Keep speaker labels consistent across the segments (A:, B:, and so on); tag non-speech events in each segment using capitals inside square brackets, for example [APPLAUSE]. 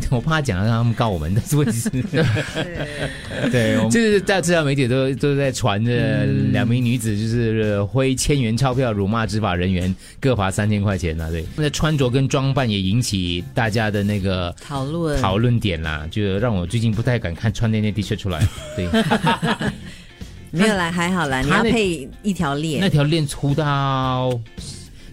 A: [LAUGHS] 我怕讲让他们告我们，但是问题是， [LAUGHS] 对，我们嗯就是在社交媒体都都在传着两名女子就是挥千元钞票辱骂执法人员，各罚三千块钱呐、对，那穿着跟装扮也引起大家的那个
B: 讨论
A: 讨论点啦，就让我最近不太敢看穿那件 T 恤出来。对，
B: 没有啦，还好啦，你
A: 他
B: 要
A: 那
B: 配一条
A: 那
B: 链，
A: 条链粗到，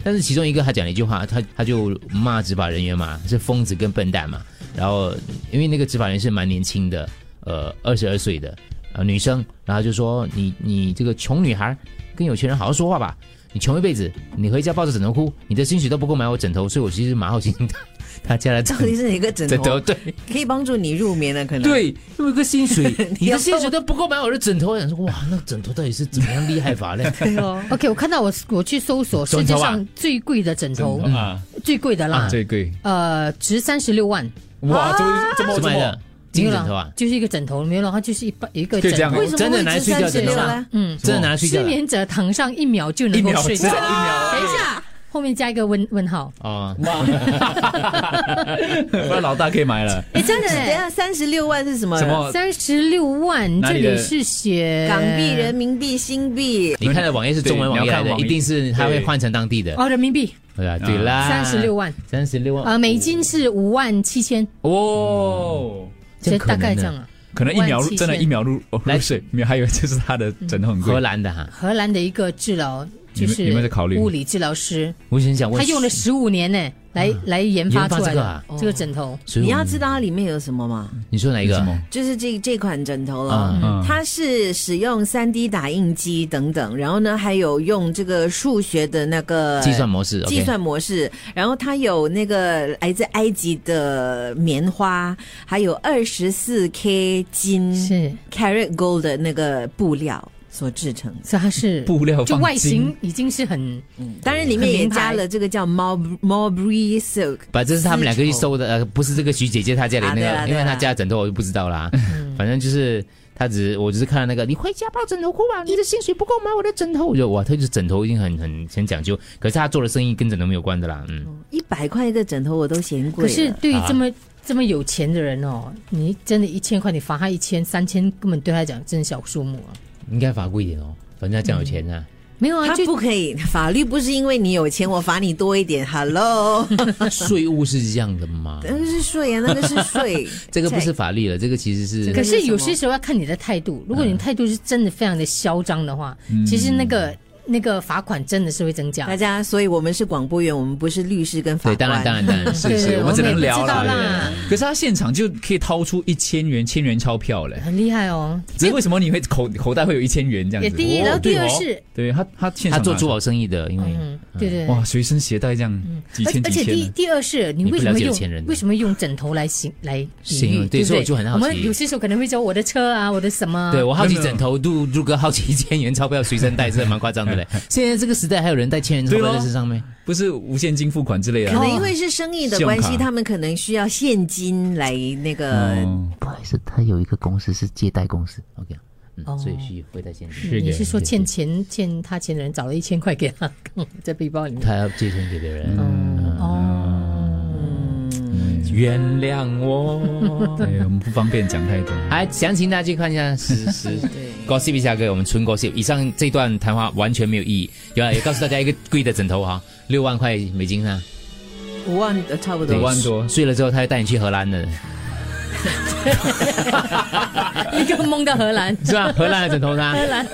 A: 但是其中一个他讲了一句话，他他就骂执法人员嘛，是疯子跟笨蛋嘛。然后因为那个执法人员是蛮年轻的，呃，二十二岁的呃女生，然后就说你你这个穷女孩跟有钱人好好说话吧。你穷一辈子，你回家抱着枕头哭，你的薪水都不够买我枕头，所以我其实蛮好奇他他家的 [LAUGHS]
B: 到
A: 枕
B: 底是哪个枕
A: 枕头
B: 头
A: 对
B: 可以帮助你入眠的？可能，，
A: 对，有一个薪水 [LAUGHS] 你的薪水都不够买我的枕头。我想说，哇，那枕头到底是怎么样厉害法嘞？
B: 对哦，
C: [LAUGHS]
D: OK，我看到我我去搜索世界
C: 枕头
D: 上最贵的枕头，嗯
C: 啊，
D: 最贵的啦，
C: 最贵，
D: 呃，值三十六万，
B: 啊
C: 哇，这么这么
A: 什
C: 这
A: 么来
C: 么
A: 的，？金
D: 没有
A: 枕
D: 啦
A: 头啊，
D: 就是一个枕头，没有了，它就是一把一个
C: 可
D: 枕
C: 以这样
D: 头
C: 啊。
B: 为什
A: 真
B: 么
A: 的
B: 会
A: 拿来
B: 值
A: 睡觉
B: 三
A: 的
B: 十
A: 枕
B: 六
A: 头啊
B: 呢？
D: 嗯，
A: 真的拿来睡觉
D: 失
A: 的
D: 眠者躺上一秒就能
C: 一
D: 够
C: 秒
D: 睡
C: 只
D: 着
C: 有一。秒
D: 等一下，后面加一个问问号。
A: 哦，
C: [LAUGHS] 嗯不然老大可以买了。
D: 哎，真的
B: 等一
D: 耶，
B: 下三十六万是什么？
C: 什么？
D: 三十六万，
C: 哪
D: 这
C: 里的
D: 里是写
B: 港币、人民币、新币？
A: 你看的网页是中文网页来
C: 对你要看
A: 的，
C: 网页
A: 一定是它会换成当地的。
D: 哦，人民币
A: 对啊，对
C: 嗯
A: 啦，
D: 三十六，万，
A: 三十六万，
B: 嗯
D: 呃，美金是五万七千，
C: 哦，
D: 这
A: 这
D: 大概
A: 可能的
D: 这样啊。
C: 可能一秒入
D: 万七千
C: 真的，一秒入哦
A: 来
C: 入睡。没有，还有就是他的枕头很
A: 荷
C: 贵，
A: 兰的哈。
D: 荷兰的一个治疗
C: 你
D: 就
C: 们
D: 是
C: 你们在考虑
D: 物理治疗师，
A: 我很想问，
D: 他用了十五年呢，来来研发
A: 研发
D: 出来
A: 这个
D: 的
A: 啊
D: 这个枕头。
A: 所以
B: 你
A: 我们
B: 要知道它里面有什么吗？
A: 你说哪一个
C: 什？么？
B: 就是这这款枕头了
A: 嗯，
C: 嗯
B: 它是使用三 D 打印机等等，然后呢，还有用这个数学的那个
A: 计算模式，OK，
B: 计算模式，然后它有那个来自埃及的棉花，还有二十四 K 金
D: 是，
B: carrot gold 的那个那个布料所制成的。
D: 所以它是
C: 布料
D: 就
C: 放
D: 外
C: 金
D: 形已经是很
B: 当然，里面也加了这个叫 Mar Marbury silk，
A: 不，这是他们两个去搜的，呃，不是这个徐姐姐她家里那
B: 啊对嗯
A: 个，
B: 啦对
A: 因
B: 啦
A: 为她家的枕头我就不知道啦。反正就是她只我只是看到那个，你回家抱枕头哭吧，你的薪水不够买我的枕头。我就哇，她就是枕头已经很很很讲究，可是她做的生意跟枕头没有关的啦。嗯，
B: 一百块一个枕头我都嫌贵
D: 可
B: 了。
D: 是对于这么、这么有钱的人哦，你真的一千块，你罚他一千、三千，根本对他来讲真的小数目啊。
A: 应该罚贵一点哦，反正她这样有钱 [LAUGHS] 啊。
D: 没有啊，
B: 他
D: 就
B: 不可以，法律不是因为你有钱我罚你多一点，Hello， [LAUGHS]
A: 税务是这样的吗？，
B: 那个是税啊，那个是税
A: [LAUGHS] 这个不是法律了，这个其实
B: 这
A: 是
B: 个
D: 可是有些时候要看你的态度，如果你的态度是真的非常的嚣张的话，其实那个那个罚款真的是会增
B: 大
D: 加。
B: 家，所以我们是广播员，我们不是律师跟法
A: 对，
B: 官。
A: 当然当然当
D: [LAUGHS]
A: 然是。
C: 是
D: 对
C: 是，
D: 我
C: 们只
D: 们也
C: 能
D: 不
C: 聊
D: 知道
C: 啦。
D: 啦
C: 对可是他现场就可以掏出一千元、千元钞票嘞。
D: 很厉害哦，
C: 只是为什么你会口口袋会有一千元这样
D: 也
C: 子？
D: 第一，
C: 哦
D: 然后第二，
C: 对哦
D: 是，
C: 对他他现
A: 他
C: 场
A: 做
C: 拿
A: 珠宝生意的，因为
D: 嗯，对对，对
C: 哇，随身携带这样几
D: 而且
C: 千
D: 嗯而
C: 几
D: 且
C: 千
D: 第
C: 的，
D: 第二是你为
A: 你不
D: 什
A: 了
D: 么
A: 解有
D: 用
A: 钱人的
D: 为什么用枕头来形来比
A: 形
D: 喻？
A: 容
D: 对
A: 对
D: 不
A: 所以
D: 对？
A: 我就很好
D: 我们
A: 奇
D: 有些时候可能会说我的车啊，我的什么啊？
A: 对我好奇
C: 真的
A: 枕头，杜杜哥好奇一千元钞票随身带，真的蛮夸张的嘞。
D: [LAUGHS]
A: 现在这个时代还有人带千元钞
C: 对
D: 哦
A: 票
C: 咯
A: 在身上吗？
C: 不是无现金付款之类的
B: 可
C: 啊。
B: 能因为是生意的关
C: 信
B: 系，
C: 用卡
B: 他们可能需要现金来那个。
C: 哦
A: 不好意思，他有一个公司是借贷公司，OK，
D: 哦
A: 嗯，所以需会带现金。
C: 是
D: 嗯你
C: 的
D: 是说
A: 对
D: 欠
A: 对
D: 钱欠他钱的人找了一千块给他 [LAUGHS] 在背包里面？
A: 他要借钱给别人，
D: 嗯
A: 嗯
D: 哦，
A: 原谅我。
C: 对，我们不方便讲太多。
A: 哎，详情大家去看一下实 [LAUGHS] 实
B: 对
A: gossip 一下给我们纯 gossip。以上这段谈话完全没有意义。原来也告诉大家一个贵的枕头哈，六万块美金啊，
B: 五万呃差不
A: 对
B: 多
C: 五。万多
A: 睡了之后他就带你去荷兰的。
D: [LAUGHS] 一个梦到荷兰。
A: [LAUGHS] 是吧？荷兰的枕头呢？
D: 荷兰，